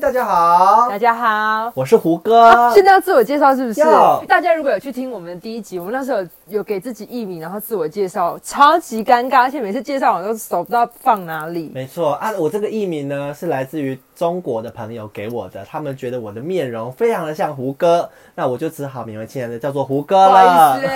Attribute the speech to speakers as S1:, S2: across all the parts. S1: 大家好，
S2: 大家好。啊
S1: 我是胡歌。
S2: 现在要自我介绍是不是
S1: 呃要？
S2: 大家如果有去听我们的第一集，我们那时候有有给自己艺名，然后自我介绍，超级尴尬，而且每次介绍我都手不知道放哪里。
S1: 没错啊，我这个艺名呢是来自于中国的朋友给我的，他们觉得我的面容非常的像胡歌，那我就只好勉为其难的叫做胡歌
S2: 不好
S1: 了
S2: 意思。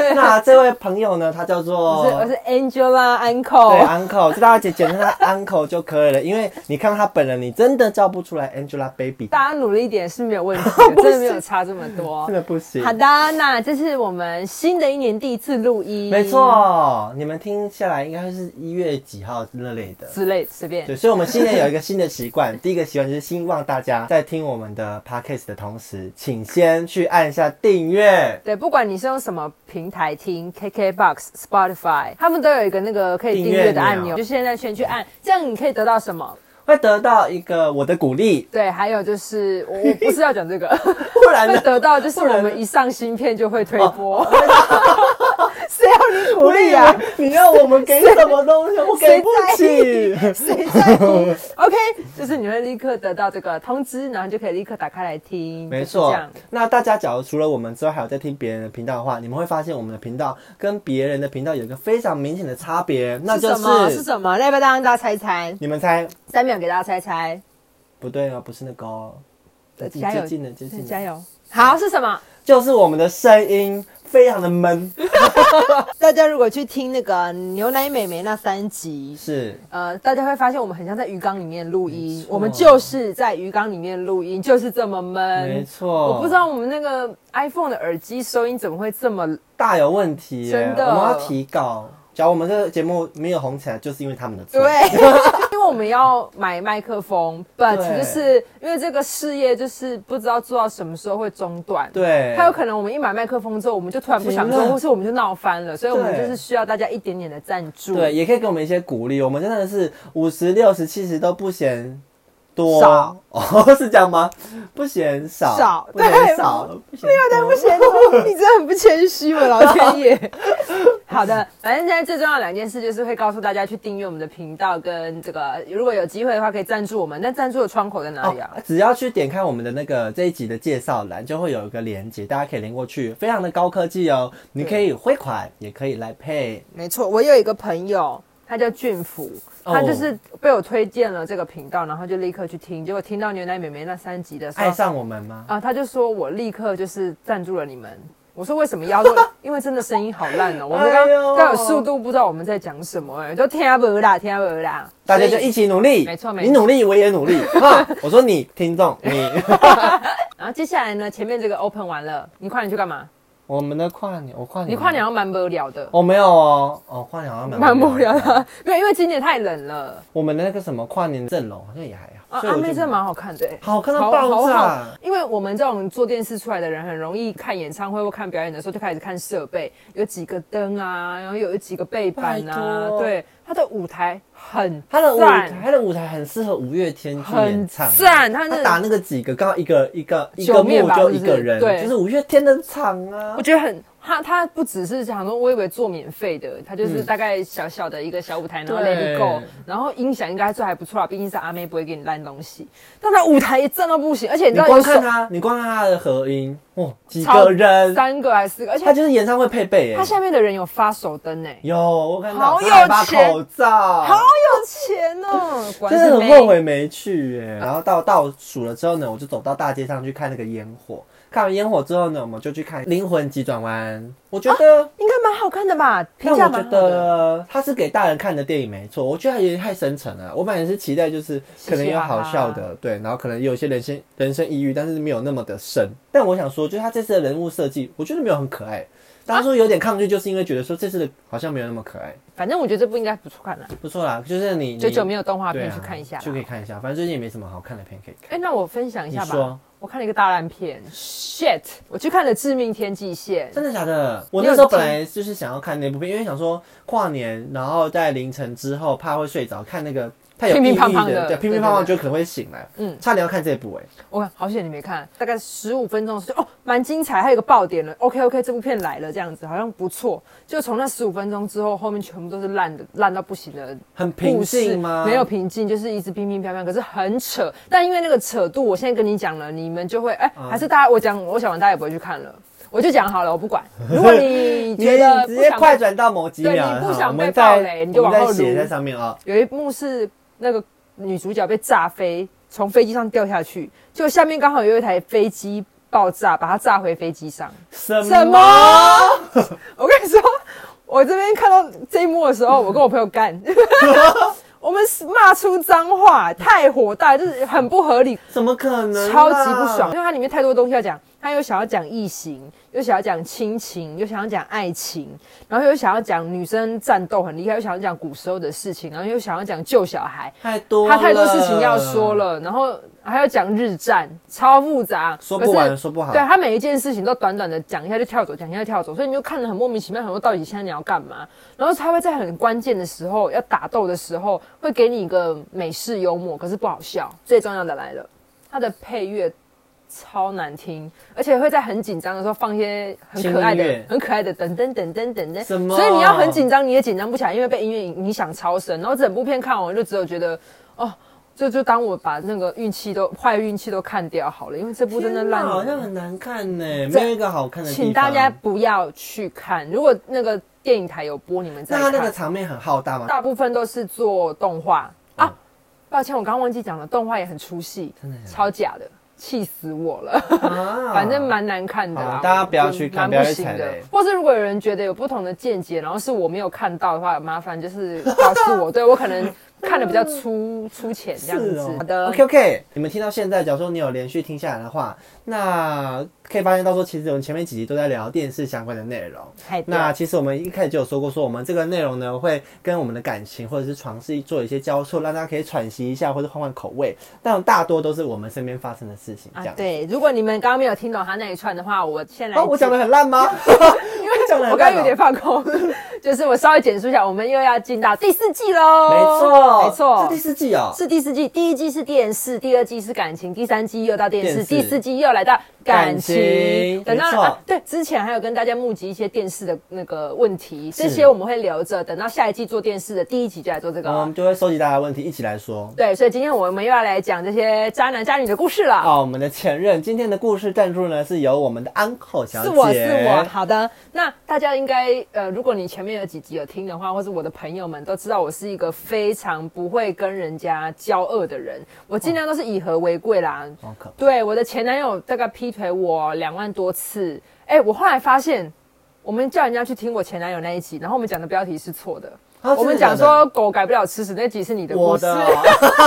S2: 欸，
S1: 那这位朋友呢，他叫
S2: 我
S1: 做
S2: 是我哦是 Angela
S1: 哦对
S2: Uncle，
S1: uncle，就大家简简称他 uncle 就可以了，因为你看到他本人，你真的叫不出来 Angelababy，
S2: 大家努力一点是没有问题 的，真的没有差这么多
S1: 真。的不行。
S2: 好的，那这是我们新的一年第一次录音，
S1: 没，错，你们听下来应该是一月几号那类的。
S2: 之类随便
S1: 对，所以，我们新年有一个新的习惯， 第一个习惯就是希望大家在听我们的 podcast 的同时，请先去按一下订阅。
S2: 对，不管你是用什么平台听，KKBox、Spotify，他们都有一个那个可以
S1: 订
S2: 订
S1: 阅
S2: 阅的按钮，
S1: 钮
S2: 就现在先去按，这样你可以得到什么？
S1: 会得到一个我的鼓励，
S2: 对，还有就是我我不是要讲 这个，
S1: 不然
S2: 会
S1: 呢？
S2: 得到就是我们一上新片就会推播， 谁要你鼓
S1: 鼓
S2: 励
S1: 励
S2: 啊
S1: 啊？！你要哦我们给什么东西？我给不起。
S2: 谁在乎？OK，就是你会立刻得到这个通知，然后就可以立刻打开来听，
S1: 没
S2: 就是
S1: 错
S2: 这样。
S1: 那大家假如除了我们之外，还有在听别人的频道的话，你们会发现我们的频道跟别人的频道有一个非常明显的差别，那就是
S2: 什么？是什么？要不要大家让大家猜一猜？
S1: 你们猜
S2: 三秒给大家猜一猜，
S1: 不对哦，不是那个哦，接近
S2: 加油
S1: 接近了，接近
S2: 加
S1: 了，
S2: 油！好，是什么？
S1: 就是我们的声音非常的闷，
S2: 大家如果去听那个牛奶美眉那三集，
S1: 是
S2: 呃，大家会发现我们很像在鱼缸里面录音
S1: 没，错
S2: 我们就是在鱼缸里面录音，就是这么
S1: 没
S2: 闷。
S1: 错，
S2: 嗯我不知道我们那个 iPhone 的耳机收音怎么会这么
S1: 大有问题耶，
S2: 真的
S1: 我们要提稿。假如我们这个节目没有红起来，就是因为他们的错。
S2: 对， 因为我们要买麦克风，but
S1: 对
S2: 就是因为这个事业就是不知道做到什么时候会中断。
S1: 对，
S2: 它有可能我们一买麦克风之后，我们就突然不想做，
S1: 停了
S2: 或是我们就闹翻了，所以我们
S1: 对
S2: 就是需要大家一点点的赞助。
S1: 对，也可以给我们一些鼓励。我们真的是五十六十七十都不嫌多，
S2: 少
S1: 哦，是这样吗？不嫌少，
S2: 少
S1: 不嫌
S2: 对
S1: 少，不嫌多
S2: 不嫌多，你真的很不谦虚，我 老天爷。好的，反正现在最重要的两件事就是会告诉大家去订阅我们的频道，跟这个如果有机会的话可以赞助我们。那赞助的窗口在哪里啊？
S1: 哦只要去点开我们的那个这一集的介绍栏，就会有一个连接，大家可以连过去，非常的高科技哦。你可以汇款，也可以来配。
S2: 没错，我有一个朋友，他叫俊福，
S1: 哦
S2: 他就是被我推荐了这个频道，然后就立刻去听，结果听到牛奶美眉那三集的时候，
S1: 爱上我们吗？
S2: 啊、他就说我立刻就是赞助了你们。我说为什么要？他说因为真的声音好烂哦，我们刚
S1: 哎呦
S2: 刚刚有速度，不知道我们在讲什么、哎，都听不啦，听不啦。
S1: 大家
S2: 所
S1: 就
S2: 以
S1: 一起努力，
S2: 没错没
S1: 你努力，我也努 力。哈，我说你听众，你
S2: 然后接下来呢，前面这个 open 完了，你跨年去干嘛？
S1: 我们的跨年，我跨年，
S2: 你跨年好像蛮无聊的，
S1: 我、没有嗯哦，哦，跨年好像 蛮
S2: 蛮无聊。的，没有，因为今年太冷了。
S1: 我们的那个什么跨年阵容好像也还好，
S2: 啊，
S1: 所以
S2: 阿
S1: 我就
S2: 妹真的蛮好看的、欸。
S1: 好看
S2: 好
S1: 到
S2: 好
S1: 爆
S2: 好
S1: 炸，，
S2: 因为我们这种做电视出来的人，很容易看演唱会或看表演的时候就开始看设备，有几个灯啊，然后有几个背板
S1: 拜
S2: 啊，
S1: 托
S2: 对，他的舞台很
S1: 他的舞
S2: 赞
S1: 台，他的舞台很适合五月天去演
S2: 很
S1: 唱，
S2: 赞，他
S1: 他
S2: 是
S1: 打那个几个，刚好一个一个一
S2: 九
S1: 个
S2: 面
S1: 幕
S2: 吧
S1: 就是一
S2: 不
S1: 个
S2: 是
S1: 人，
S2: 对
S1: 就是五月天的场啊
S2: 我。觉得很他他不只是想说，我以为做免费的，他就是大概小小的一个小舞台，然后
S1: 嗯对
S2: Let It Go，然后音响应该做还不错啊啦，毕竟是阿妹不会给你烂东西。但他舞台也真的不行，而且你
S1: 你
S2: 知道有
S1: 光看
S2: 手
S1: 他，你光看他的合音，哇，几
S2: 超
S1: 个人，
S2: 三个还是四个，而且
S1: 他就是演唱会配备
S2: 他
S1: 哎。
S2: 下面的人有发手灯呢、欸
S1: 有，我看到
S2: 好
S1: 他还
S2: 有
S1: 把
S2: 钱
S1: 口罩，
S2: 好有钱哦、 果
S1: 真
S2: 然
S1: 的
S2: 是
S1: 很
S2: 妹
S1: 后悔没去耶。然后到倒数了之后呢，我就走到大街上去看那个烟火。看完烟火之后呢，我们就去看《灵魂急转弯》。我觉得，
S2: 应该蛮好看的吧？
S1: 但
S2: 哦评
S1: 我
S2: 价
S1: 觉
S2: 蛮好的。
S1: 得它是给大人看的电影没错。我觉得它有点太深沉了。我本来是期待就是可能有好笑
S2: 嘻嘻
S1: 的，对，然后可能有一些人生人生抑郁，但是没有那么的深。但我想说，就是他这次的人物设计，我觉得没有很可爱。当初有点抗拒，就是因为觉得说这次的好像没有那么可爱。
S2: 反正我觉得这部应该不错看啦，
S1: 不错啦，就是你
S2: 久久
S1: 你
S2: 没有动画
S1: 对
S2: 片
S1: 啊
S2: 去看一下啦
S1: 就可以看一下。反正最近也没什么好看的片可以看。
S2: 哎、那我分享一下
S1: 你
S2: 吧
S1: 说。
S2: 我看了一个大烂片，shit！我去看了《致命天际线》，
S1: 真的假的？我
S2: 你有
S1: 那时候本来就是想要看那部片，因为想说跨年，然后在凌晨之后怕会睡着，看那个他有
S2: 乒乒
S1: 抑郁
S2: 乓乓的对
S1: 对，乒乒乓乓
S2: 对对
S1: 就可能会醒来。
S2: 嗯
S1: 嗯，差点要看这部哎、
S2: 我看好险你没看，大概十五分钟是哦，蛮精彩，还有一个爆点了。OK OK，这部片来了，这样子好像不错。就从那十五分钟之后，后面全部都是烂的，烂到不行的
S1: 很
S2: 故
S1: 平
S2: 事，
S1: 静吗？
S2: 没有平静，就是一直乒乒乓乓，可是很扯。但因为那个扯度，我现在跟你讲了，你们就会哎、
S1: 啊
S2: 还是大家我讲，我讲完大家也不会去看了。我就讲好了，我不 管。如果你
S1: 你
S2: 觉得
S1: 直
S2: 不
S1: 接
S2: 想
S1: 快转到某几
S2: 对
S1: 秒，
S2: 你不
S1: 哈
S2: 想
S1: 我们
S2: 被
S1: 再
S2: 暴雷你就
S1: 我们
S2: 往后
S1: 再写
S2: 撸
S1: 在上面啊。
S2: 有一幕是那个女主角被炸飞，从飞机上掉下去，就下面刚好有一台飞机爆炸，把她炸回飞机上。
S1: 什么？
S2: 什么？ 我跟你说，我这边看到这一幕的时候，我跟我朋友干， 我们骂出脏话，太火大，就是很不合理，
S1: 怎么可能？啊
S2: 超级不爽，。因为它里面太多东西要讲，它又想要讲异形，又想要讲亲情，又想要讲爱情，然后又想要讲女生战斗很厉害，又想要讲古时候的事情，然后又想要讲救小孩，
S1: 太多，
S2: 他太多事情要说。了，然后还要讲日战，超复杂，
S1: 说不完
S2: 可是
S1: 说不好
S2: 对啊他每一件事情都短短的讲一下就跳走，讲一下就跳走，所以你就看得很莫名其妙，很多到底现在你要干嘛？然后他会在很关键的时候要打斗的时候，会给你一个美式幽默，可是不好笑。最重要的来了，他的配乐。超难听，而且会在很紧张的时候放一些很可爱
S1: 轻音
S2: 的
S1: 乐、
S2: 很可爱的噔噔噔噔噔噔，
S1: 什么
S2: 所以你要很紧张，你也紧张不起来，因为被音乐影影响超深。然后整部片看完，我就只有觉得，哦，就就当我把那个运气都坏运气都看掉好了，因为这部真的
S1: 天哪
S2: 烂。
S1: 好像很难看呢，
S2: 这
S1: 没有一个好看的地方。
S2: 请大家，不要去看，如果那个电影台有播，你们再
S1: 那他那个
S2: 看。
S1: 场面很浩大吗？
S2: 大部分都是做动画
S1: 嗯
S2: 啊，抱歉，我刚刚忘记讲了，动画也很出戏，超假的，气死我了。
S1: 啊
S2: 反正蛮难看的
S1: 好
S2: 啦
S1: 啦，大家不要
S2: 我
S1: 去看
S2: 蛮
S1: 不要去
S2: 行
S1: 踩
S2: 的
S1: 雷。
S2: 或是如果有人觉得有不同的见解，然后是我没有看到的话，麻烦就是告诉我，对我可能看的比较粗粗浅这样
S1: 是
S2: 子。
S1: 哦，
S2: 好的
S1: OK OK，你们听到现在，假如说你有连续听下来的话，那可以发现到说，其实我们前面几集都在聊电视相关的内容。
S2: 嗨对
S1: 那其实我们一开始就有说过，说我们这个内容呢会跟我们的感情或者是床事做一些交错，让大家可以喘息一下或者换换口味。但大多都是我们身边发生的事情，这
S2: 啊
S1: 样。，
S2: 对，如果你们刚刚没有听懂他那一串的话，我先来。
S1: 哦，我讲的很 烂吗？因 为讲的
S2: 我
S1: 很
S2: 刚刚
S1: 烂
S2: 有
S1: 哦
S2: 点放空， 就是我稍微简述一下，我们又要进到第四季喽。
S1: 没错，
S2: 哦没错，
S1: 是第四季哦。
S2: 是第四季，第一季是电视，第二季是感情，第三季又到电视，
S1: 电视
S2: 第四季又来到感情。
S1: 感情
S2: 等到
S1: 没错
S2: 啊对，之前还有跟大家募集一些电视的那个问题，
S1: 是
S2: 这些我们会留着，等到下一季做电视的第一集就来做这个
S1: 然后我
S2: 哦。
S1: 们就会收集大家的问题，一起来说。
S2: 对，所以今天我们又要来讲这些渣男渣女的故事了。
S1: 哦，我们的前任，今天的故事赞助呢是由我们的 uncle 小姐，
S2: 是我是我，好的。那大家应该呃，如果你前面有几集有听的话，或是我的朋友们都知道，我是一个非常不会跟人家交恶的人，我尽量都是以和为贵啦。
S1: 好哦可怕
S2: 对，我的前男友大概劈腿我两万多次。哎、我后来发现，我们叫人家去听我前男友那一集，然后我们讲的标题是错的。
S1: 啊
S2: 我们
S1: 真的假
S2: 讲
S1: 的
S2: 说狗改不了吃屎，那集是你的故
S1: 我
S2: 事，
S1: 的
S2: 所以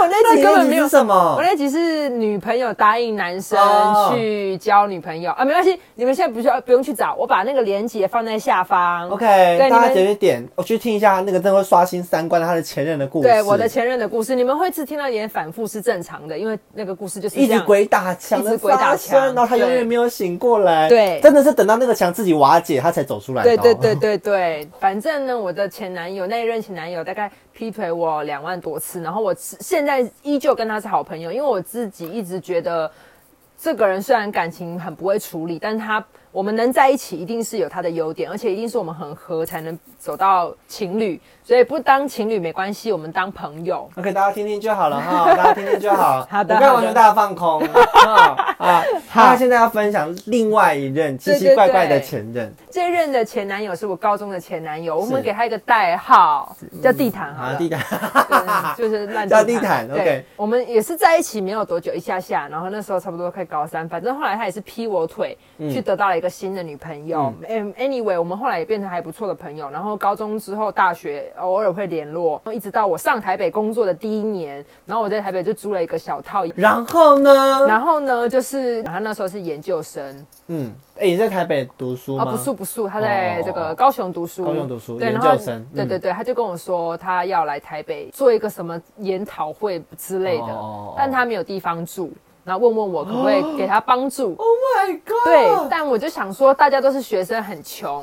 S2: 我那集根本没有
S1: 是什
S2: 我
S1: 么？
S2: 那集是女朋友答应男生
S1: 哦
S2: 去交女朋友、啊，没关系，你们现在不需要不用去找，我把那个链接放在下方。对
S1: OK，大家
S2: 你
S1: 直
S2: 们
S1: 接点，我去听一下那个真的会刷新三观的他的前任的故事。
S2: 对我的前任的故事，你们会一直听到一点反复是正常的，因为那个故事就是
S1: 一
S2: 这
S1: 直
S2: 样
S1: 鬼打墙
S2: 一
S1: 的
S2: 直鬼打
S1: 发
S2: 墙
S1: 生，然后他永
S2: 对
S1: 远没有醒过来。
S2: 对
S1: 真的是等到那个墙自己瓦解，他才走出来
S2: 对
S1: 的哦。
S2: 对对对对，反正呢，我的前男友那一任前男友大概劈腿我两万多次，然后我是现在依旧跟他是好朋友，因为我自己一直觉得这个人虽然感情很不会处理，但是他我们能在一起一定是有他的优点，而且一定是我们很合才能走到情侣，所以不当情侣没关系，我们当朋友。
S1: OK，大家听听就好了哈， 大家听听就 好。
S2: 好的
S1: 我刚
S2: 好的
S1: 才完全大家 放空哈啊。他现在要分享另外一任奇奇怪怪的前任，
S2: 这任的前男友是我高中的前男友，我们
S1: 是
S2: 给他一个代号叫地毯好
S1: 啊，
S2: 了。
S1: 地毯，
S2: 对啊就是烂
S1: 叫地毯
S2: 对
S1: OK
S2: 我们也是在一起没有多久，一下下，然后那时候差不多快高三，反正后来他也是劈我腿，
S1: 嗯
S2: 去得到了一个新的女朋友。嗯、anyway，我们后来也变成还不错的朋友。然后高中之后，大学偶尔会联络，一直到我上台北工作的第一年，然后我在台北就租了一个小套。
S1: 然后呢？
S2: 然后呢，就是他那时候是研究生
S1: 嗯，哎，你在台北读书
S2: 啊，
S1: 吗？
S2: 不是不是，他在这
S1: 哦哦
S2: 个
S1: 哦
S2: 高雄读书，
S1: 高雄读书
S2: 对，
S1: 研
S2: 然后
S1: 究生
S2: 对
S1: 嗯
S2: 对对，他就跟我说他要来台北做一个什么研讨会之类的，
S1: 哦哦哦哦
S2: 但他没有地方住，然后问问我可不可以给他帮助。
S1: 哦 Oh my god！
S2: 对，但我就想说，大家都是学生，很穷，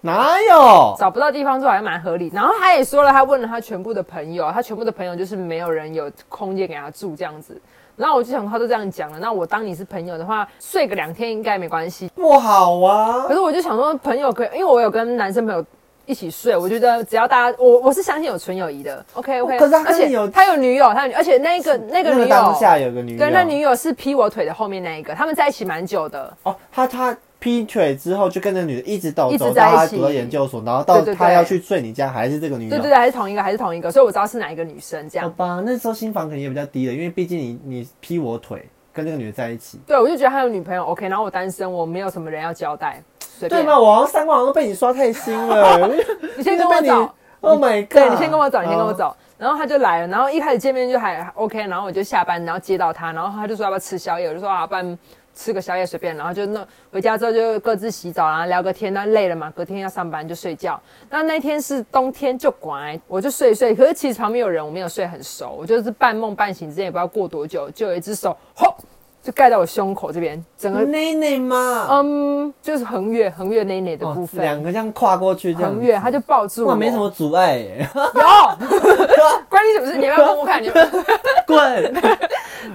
S1: 哪有？
S2: 找不到地方做还蛮合理。然后他也说了，他问了他全部的朋友，他全部的朋友就是没有人有空间给他住这样子。然后我就想，他都这样讲了，那我当你是朋友的话，睡个两天应该没关系。
S1: 不好啊
S2: 可！是我就想说，朋友可以，因为我有跟男生朋友一起睡，我觉得只要大家，我我是相信有纯友谊的。OK OK，
S1: 哦可是他
S2: 而
S1: 跟
S2: 且
S1: 你有
S2: 他有女友，他有女，而且那个那个
S1: 那
S2: 女
S1: 个当
S2: 友，
S1: 下有个女友，
S2: 对，那女友是劈我腿的后面那一个，他们在一起蛮久的。
S1: 哦，他他劈腿之后就跟那女的一直斗
S2: 一直
S1: 走，
S2: 在
S1: 到
S2: 一
S1: 他
S2: 起
S1: 读了研究所，然后到
S2: 对对对
S1: 他要去睡你家还是这个女
S2: 对
S1: 友哦
S2: 对。对，还是同一个，还是同一个，所以我知道是哪一个女生这
S1: 好
S2: 样。
S1: 吧，那时候心房肯定也比较低的，因为毕竟你你劈我腿，跟那个女的在一起，
S2: 对，我就觉得他有女朋友 OK，然后我单身，我没有什么人要交代，随
S1: 对
S2: 便。
S1: 吗？我好像三观好像被你刷太新了，
S2: 你先跟我
S1: 因为被
S2: 走
S1: 你。Oh my god！
S2: 对你先跟我走，你先跟我
S1: 哦。
S2: 走。然后他就来了，然后一开始见面就还 OK，然后我就下班，然后接到他，然后他就说要不要吃宵夜，我就说啊，不然吃个宵夜随便。然后就弄回家之后就各自洗澡，然后啊聊个天，那累了嘛，隔天要上班就睡觉。那那天是冬天就乖，我就睡一睡，可是其实旁边有人，我没有睡很熟，我就是半梦半醒之间也不知道过多久，就有一只手吼就盖到我胸口这边，整个
S1: 啊内内嘛，
S2: 嗯就是横越横越内内的部
S1: 哦，
S2: 分，
S1: 两个这样跨过去这样
S2: 横越
S1: 子，
S2: 他就抱住我，
S1: 哇，没什么阻碍耶，
S2: 有，关你什么事？你要不要摸摸看？你要不要
S1: 滚！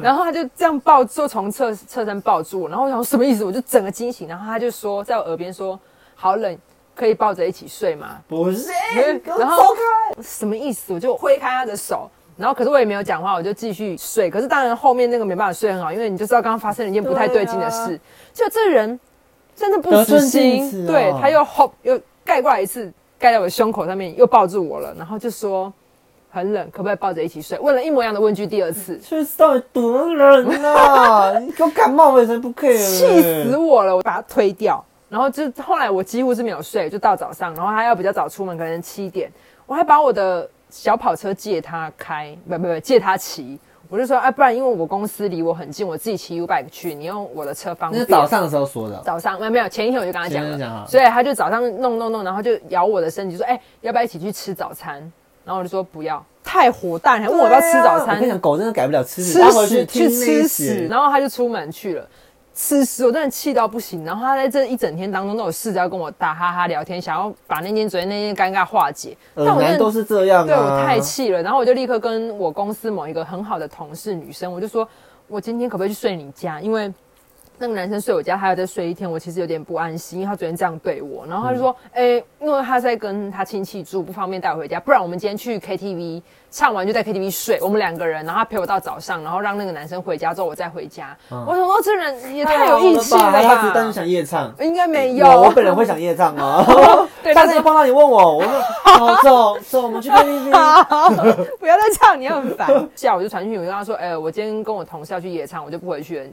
S2: 然后他就这样抱，就从侧侧身抱住我，然后我想说什么意思？我就整个惊醒，然后他就说在我耳边说：“好冷，可以抱着一起睡吗
S1: 不是
S2: 嗯，
S1: 给我
S2: 然后
S1: 走开！”
S2: 什么意思？我就挥开他的手。然后，可是我也没有讲话，我就继续睡。可是当然，后面那个没办法睡很好，因为你就知道刚刚发生了一件不太对劲的事。就这人真的不
S1: 得寸
S2: 死
S1: 进
S2: 心，
S1: 尺哦
S2: 对，他又吼又盖过来一次，盖在我的胸口上面，又抱住我了，然后就说很冷，可不可以抱着一起睡？问了一模一样的问句第二次，
S1: 去到底多冷 啊！你给我感冒我也才不 care，
S2: 气死！我了！我把它推掉，然后就后来我几乎是没有睡，就到早上，然后他要比较早出门，可能七点，我还把我的小跑车借他开，不不不，借他骑。我就说，啊，不然因为我公司离我很近，我自己骑 U bike 去，你用我的车方
S1: 嗯
S2: 便
S1: 那是。早上的时候说的，
S2: 早上没有没有，前一天我就跟他讲
S1: 前一天讲
S2: 了
S1: 啊，
S2: 所以他就早上弄弄弄，然后就咬我的身体说，哎、要不要一起去吃早餐？然后我就说不要，太火大，你还问我要不要吃早
S1: 啊我
S2: 餐
S1: 跟你？讲，狗真的改不了吃屎，
S2: 吃
S1: 它回
S2: 屎去
S1: 听那一
S2: 吃
S1: 集
S2: 屎，然后他就出门去了。吃屎，我真的气到不行。然后他在这一整天当中都有试着要跟我打哈哈聊天，想要把那天昨天那天尴尬化解。
S1: 耳
S2: 但我真
S1: 呃男
S2: 的
S1: 都是这样啊！
S2: 对我太气了，然后我就立刻跟我公司某一个很好的同事女生，我就说，我今天可不可以去睡你家？因为那个男生睡我家，他要再睡一天，我其实有点不安心，因为他昨天这样对我。然后他就说，
S1: 嗯
S2: 哎、因为他在跟他亲戚住，不方便带我回家，不然我们今天去 KTV 唱完就在 KTV 睡，我们两个人，然后他陪我到早上，然后让那个男生回家之后我再回家。我想说，这人也太有义气
S1: 嗯好
S2: 了
S1: 吧？他只是单纯
S2: 吧？
S1: 想夜唱。
S2: 应该没有，
S1: 我我本人会想夜唱 哦。
S2: 对，
S1: 下
S2: 但
S1: 次
S2: 是
S1: 碰到你问我，我说哦走走，我们去 KTV。
S2: 不要再唱，你很烦。下午就传讯息，我就跟他说，哎、我今天跟我同事要去夜唱，我就不回去了，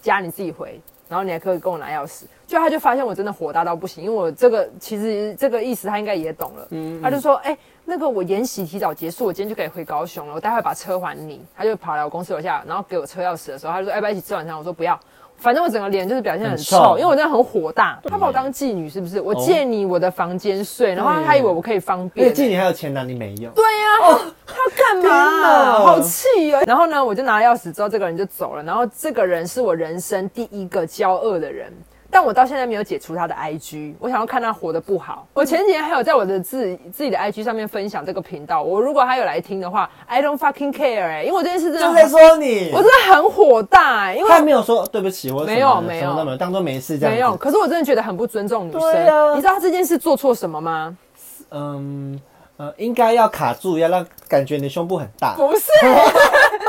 S2: 家你自己回。然后你还可以跟我拿钥匙，就他就发现我真的火大到不行，因为我这个其实这个意思他应该也懂了，他就说，哎、那个我研习提早结束，我今天就可以回高雄了，我待会把车还你。他就跑来我公司楼下，然后给我车钥匙的时候，他就说，要哎不要一起吃晚餐？我说不要，反正我整个脸就是表现很
S1: 很
S2: 臭，
S1: 臭
S2: 因为我真的很火大。他把我当妓女是不是？我借你我的房间睡，然后他以为我可以方
S1: 因
S2: 便、
S1: 为妓女还有钱拿，你没有。
S2: 对啊呀、他要干嘛啊、
S1: 哦天哪
S2: 好气哦！然后呢，我就拿了钥匙之后，这个人就走了。然后这个人是我人生第一个交恶的人，但我到现在没有解除他的 IG，我想要看他活得不好。我前几天还有在我的自自己的 IG 上面分享这个频道，我如果他有来听的话，I don't fucking care 哎、因为我这件事真的
S1: 就在
S2: 很，
S1: 说你
S2: 我，真的很火大、哎因为
S1: 他没有说对不起，我什么
S2: 没有
S1: 的
S2: 没有
S1: 什么都没有，当做没事这样。
S2: 没有，，可是我真的觉得很不尊重女生。
S1: 对啊
S2: 你知道他这件事做错什么吗？
S1: 嗯呃，应该要卡住，要让感觉你的胸部很大。
S2: 不是，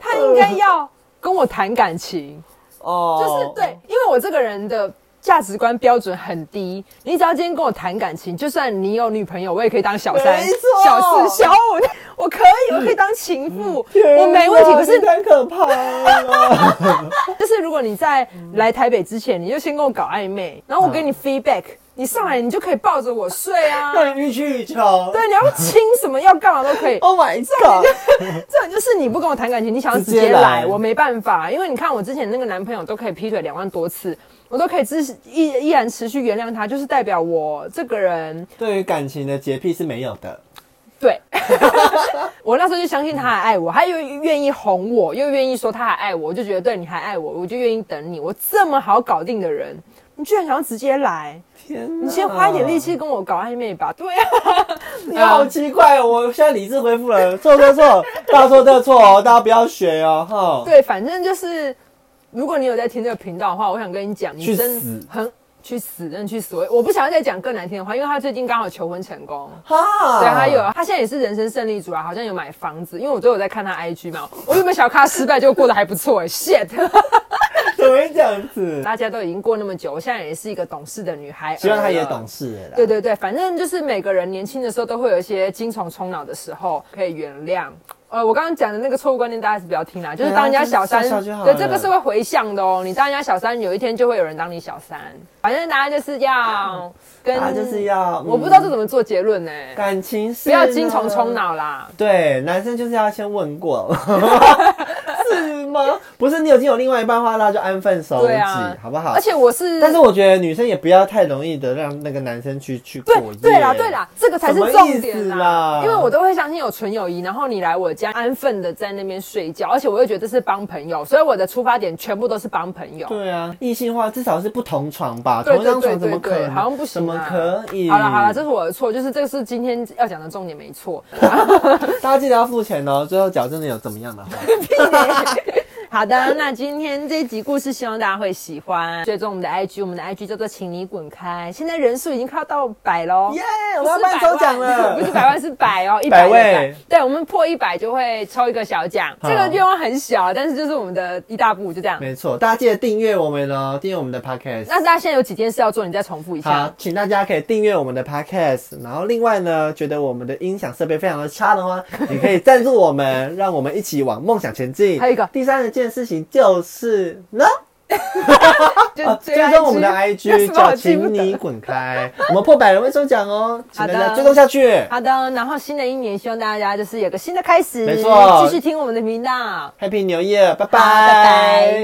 S2: 他应该要跟我谈感情。
S1: 哦，
S2: 就是对，因为我这个人的价值观标准很低，你只要今天跟我谈感情，就算你有女朋友，我也可以当小三
S1: 没错、
S2: 小四、小五， 我可以，我可以当情妇，
S1: 天哪，
S2: 我没问题。可是
S1: 你太可 怕了。
S2: 就是如果你在来台北之前，你就先跟我搞暧昧，然后我给
S1: 嗯
S2: 你 feedback，、你上来你就可以抱着我睡啊，
S1: 让你欲取欲求。
S2: 对，你要亲什么要干嘛都可以。
S1: ，Oh my god！
S2: 这种就是你不跟我谈感情，你想要直
S1: 直接
S2: 接
S1: 来
S2: 来，我没办法，因为你看我之前那个男朋友都可以劈腿两万多次，我都可以支依依然持续原谅他，就是代表我这个人
S1: 对于感情的洁癖是没有的。
S2: 对。 我那时候就相信他还爱我，他又愿意哄我，又愿意说他还爱我，我就觉得对你还爱我，我就愿意等你。我这么好搞定的人，你居然想要直接来，
S1: 天哪，
S2: 你先花一点力气跟我搞暧昧吧。对啊，
S1: 你好奇怪，哦，我现在理智恢复了，错 错错，大错特错哦，大家不要学哦，哈。
S2: 对，反正就是，如果你有在听这个频道的话，我想跟你讲，你
S1: 去
S2: 真
S1: 死
S2: 很去死，真的去死！我我不想要再讲更难听的话，因为他最近刚好求婚成
S1: 啊
S2: 功。
S1: 哈，
S2: 对，他有，啊他现在也是人生胜利组啊，好像有买房子，因为我都有在看他 IG 嘛。我原本想要看他失败，就过得还不错哎、shit！
S1: 怎么会这样 子？
S2: 大家都已经过那么久，我现在也是一个懂事的女孩，
S1: 希望他也懂。事了啦。
S2: 对对对，反正就是每个人年轻的时候都会有一些精虫充脑的时候，可以原谅。呃，我刚刚讲的那个错误观念，大家还是不要听啦。就是当人家小三，
S1: 对啊就是笑笑就好
S2: 对
S1: 了
S2: 这个是会回向的哦。你当人家小三，有一天就会有人当你小三。反正大家就是要跟，
S1: 他啊就是要，
S2: 我不知道这
S1: 嗯
S2: 怎么做结论呢、
S1: 感情是
S2: 不要精虫充
S1: 呢。
S2: 脑啦。
S1: 对，男生就是要先 问过，是吗？不是，你有经有另外一半的话，那就安分守己，
S2: 对啊
S1: 好不好
S2: 而？且我是，
S1: 但是我觉得女生也不要太容易的让那个男生去去过
S2: 对
S1: 夜。
S2: 对啦对啦，这个才是重点
S1: 什么意思啦
S2: 因为我都会相信有纯友谊，然后你来我家安分的在那边睡觉，而且我又觉得这是帮朋友，所以我的出发点全部都是帮朋友。
S1: 对啊，异性化至少是不同床吧，
S2: 对
S1: 同一
S2: 对
S1: 张
S2: 对
S1: 床怎
S2: 对
S1: 么可
S2: 对，
S1: 能？
S2: 好像不
S1: 怎
S2: 行
S1: 么
S2: 啊。
S1: 可以？
S2: 好了好了，这是我的错，就是这个是今天要讲的重点没错。
S1: 大家记得要付钱哦。最后脚真的有怎么样的话，
S2: 好的，那今天这集故事希望大家会喜欢，追踪我们的 IG，我们的 IG 叫做请你滚开，现在人数已经快要到百喽。
S1: 耶！
S2: 不
S1: 我要
S2: 是
S1: 办
S2: 百
S1: 抽
S2: 万，
S1: 奖了
S2: 不。是百万是百哦，一
S1: 百
S2: 百
S1: 位
S2: 位。对，我们破一百就会抽一个小奖，这个
S1: 好
S2: 愿望很小，但是就是我们的一大步，就这样。
S1: 没错，大家记得订阅我们哦，订阅我们的 podcast。
S2: 那大家现在有几件事要做，你再重复一
S1: 好
S2: 下。，
S1: 请大家可以订阅我们的 podcast，然后另外呢，觉得我们的音响设备非常的差的话，你可以赞助我们，让我们一起往梦想前进。
S2: 还有一个
S1: 第三件事情就是呢，
S2: 就
S1: 啊
S2: 追
S1: 追踪我们的
S2: IG 有什
S1: IG
S2: 么好
S1: 叫
S2: 记不
S1: 请
S2: 得
S1: 你 滚开，我们破百人会抽奖哦，请大
S2: 好
S1: 家
S2: 的
S1: 追踪下去。
S2: 好的，然后新的一年，希望大家就是有个新的开始，
S1: 没错
S2: 继续听我们的频道。
S1: Happy New Year，拜
S2: 拜拜
S1: 拜。